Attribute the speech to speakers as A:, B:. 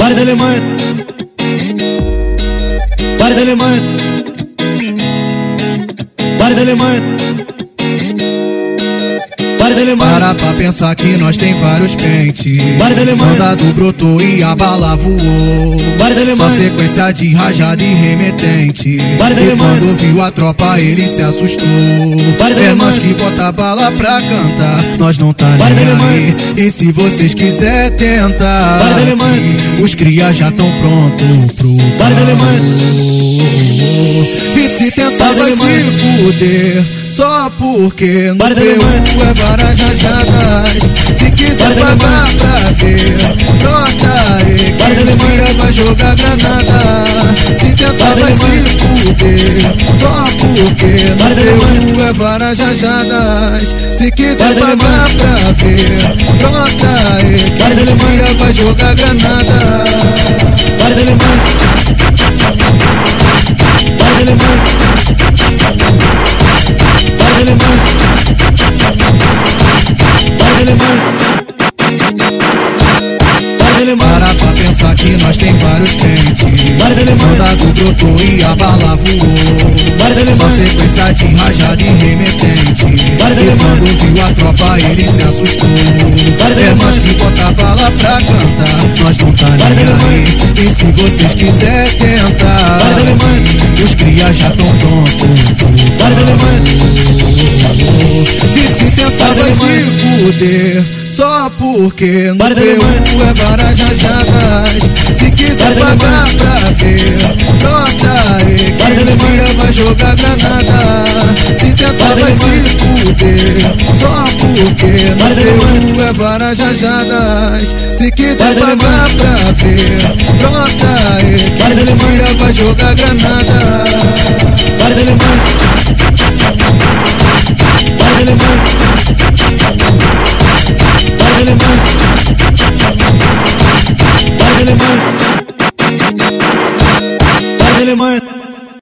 A: Bar da Alemanha. Bar da Alemanha. Bar da Alemanha. Bar da Alemanha.
B: Para pra pensar que nós tem vários pentes.
A: Bar da Alemanha.
B: Mandado brotou e a bala voou.
A: Bar da
B: Só
A: Alemanha.
B: sequência de rajada e remetente.
A: Bar da
B: e
A: Alemanha.
B: quando viu a tropa, ele se assustou.
A: Bar da
B: É nós
A: Alemanha.
B: que bota bala pra cantar. Nós não tá
A: Bar da
B: nem
A: Alemanha.
B: aí. E se vocês quiser tentar,
A: Bar da Alemanha.
B: os crias já tão pronto pro.
A: Bar da Alemanha.
B: E se tentar
A: Bar da
B: vai se
A: Alemanha.
B: fuder só porque no
A: Bar da
B: teu
A: Alemanha.
B: cu é várias rajadas Se quiser
A: Bar da
B: pagar
A: Alemanha.
B: pra ver, toca aí
A: Bar da
B: Que os
A: Alemanha.
B: cria vai jogar granada Se tentar
A: Bar da
B: vai se
A: Alemanha.
B: fuder só porque
A: Bar
B: no
A: da
B: teu
A: Alemanha.
B: cu é várias rajadas Se
A: Bar
B: quiser
A: da
B: pagar
A: Alemanha.
B: pra ver, toca aí
A: Bar da
B: Que os
A: Alemanha.
B: cria vai jogar granada
A: Bar da Alemanha. Bar da Alemanha. Bar da Alemanha. Bar da Alemanha. Bar da Alemanha.
B: Para pra pensar que nós tem vários pentes
A: Vai da Alemanha.
B: Mandado brotou e a bala voou
A: Bar da
B: Só
A: Alemanha.
B: sequência de rajada e remetente
A: Vai da
B: E
A: Alemanha.
B: quando viu a tropa ele se assustou
A: Vai da
B: É nós
A: Alemanha.
B: que bota bala pra cantar Nós não tá
A: Vai da
B: nem
A: Alemanha.
B: aí E se vocês quiser
A: Vai
B: tentar
A: da Alemanha.
B: Os crias já tão prontos
A: Bar da Alemanha.
B: e se tentar
A: Bar da
B: vai se fuder Só porque no
A: Bar da
B: teu
A: Alemanha.
B: cu é várias rajadas Se quiser
A: Bar da
B: pagar
A: Alemanha.
B: pra ver Nota aí
A: Bar da
B: que os
A: Alemanha.
B: cria vai jogar granada Se tentar
A: Bar da
B: vai se
A: Alemanha.
B: fuder Só porque
A: Bar da
B: no teu
A: Alemanha.
B: cu é várias rajadas Se quiser
A: Bar da
B: pagar pra ver Nota aí
A: Bar da
B: que os
A: Alemanha.
B: cria vai jogar granada